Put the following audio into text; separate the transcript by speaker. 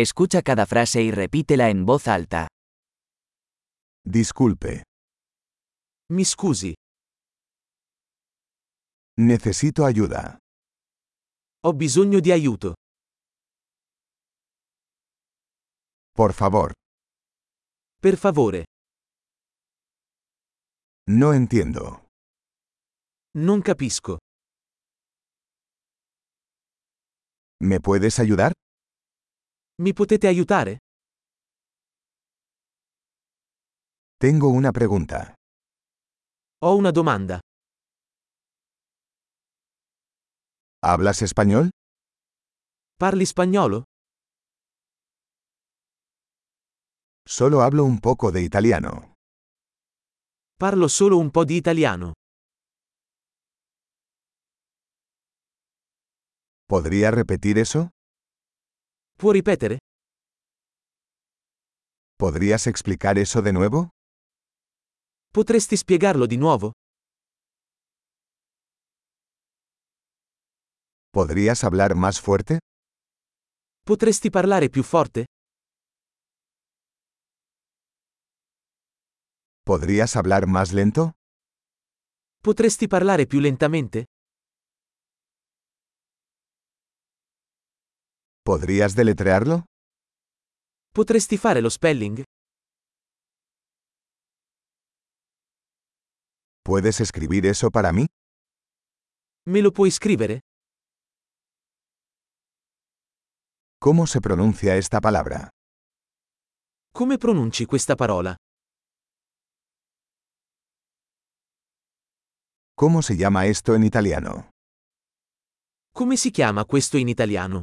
Speaker 1: Escucha cada frase y repítela en voz alta.
Speaker 2: Disculpe,
Speaker 3: Mi scusi,
Speaker 2: necesito ayuda.
Speaker 3: ho bisogno di aiuto.
Speaker 2: Por favor,
Speaker 3: Per favore,
Speaker 2: no entiendo.
Speaker 3: non capisco.
Speaker 2: ¿Me puedes ayudar?
Speaker 3: Mi potete aiutare?
Speaker 2: Tengo una pregunta.
Speaker 3: Ho una domanda.
Speaker 2: ¿Hablas español?
Speaker 3: Parli spagnolo?
Speaker 2: Solo hablo un poco de italiano.
Speaker 3: Parlo solo un po' di italiano.
Speaker 2: ¿Podría repetir eso?
Speaker 3: Può ripetere?
Speaker 2: ¿Podrías explicar eso de nuevo?
Speaker 3: Potresti spiegarlo di nuovo?
Speaker 2: ¿Podrías hablar más fuerte?
Speaker 3: Potresti parlare più forte?
Speaker 2: ¿Podrías hablar más lento?
Speaker 3: Potresti parlare più lentamente?
Speaker 2: ¿Podrías deletrearlo?
Speaker 3: Potresti fare lo spelling?
Speaker 2: ¿Puedes escribir eso para mí?
Speaker 3: Me lo puoi scrivere?
Speaker 2: ¿Cómo se pronuncia esta palabra?
Speaker 3: Come pronunci questa parola?
Speaker 2: ¿Cómo se llama esto en italiano?
Speaker 3: Come si chiama questo in italiano?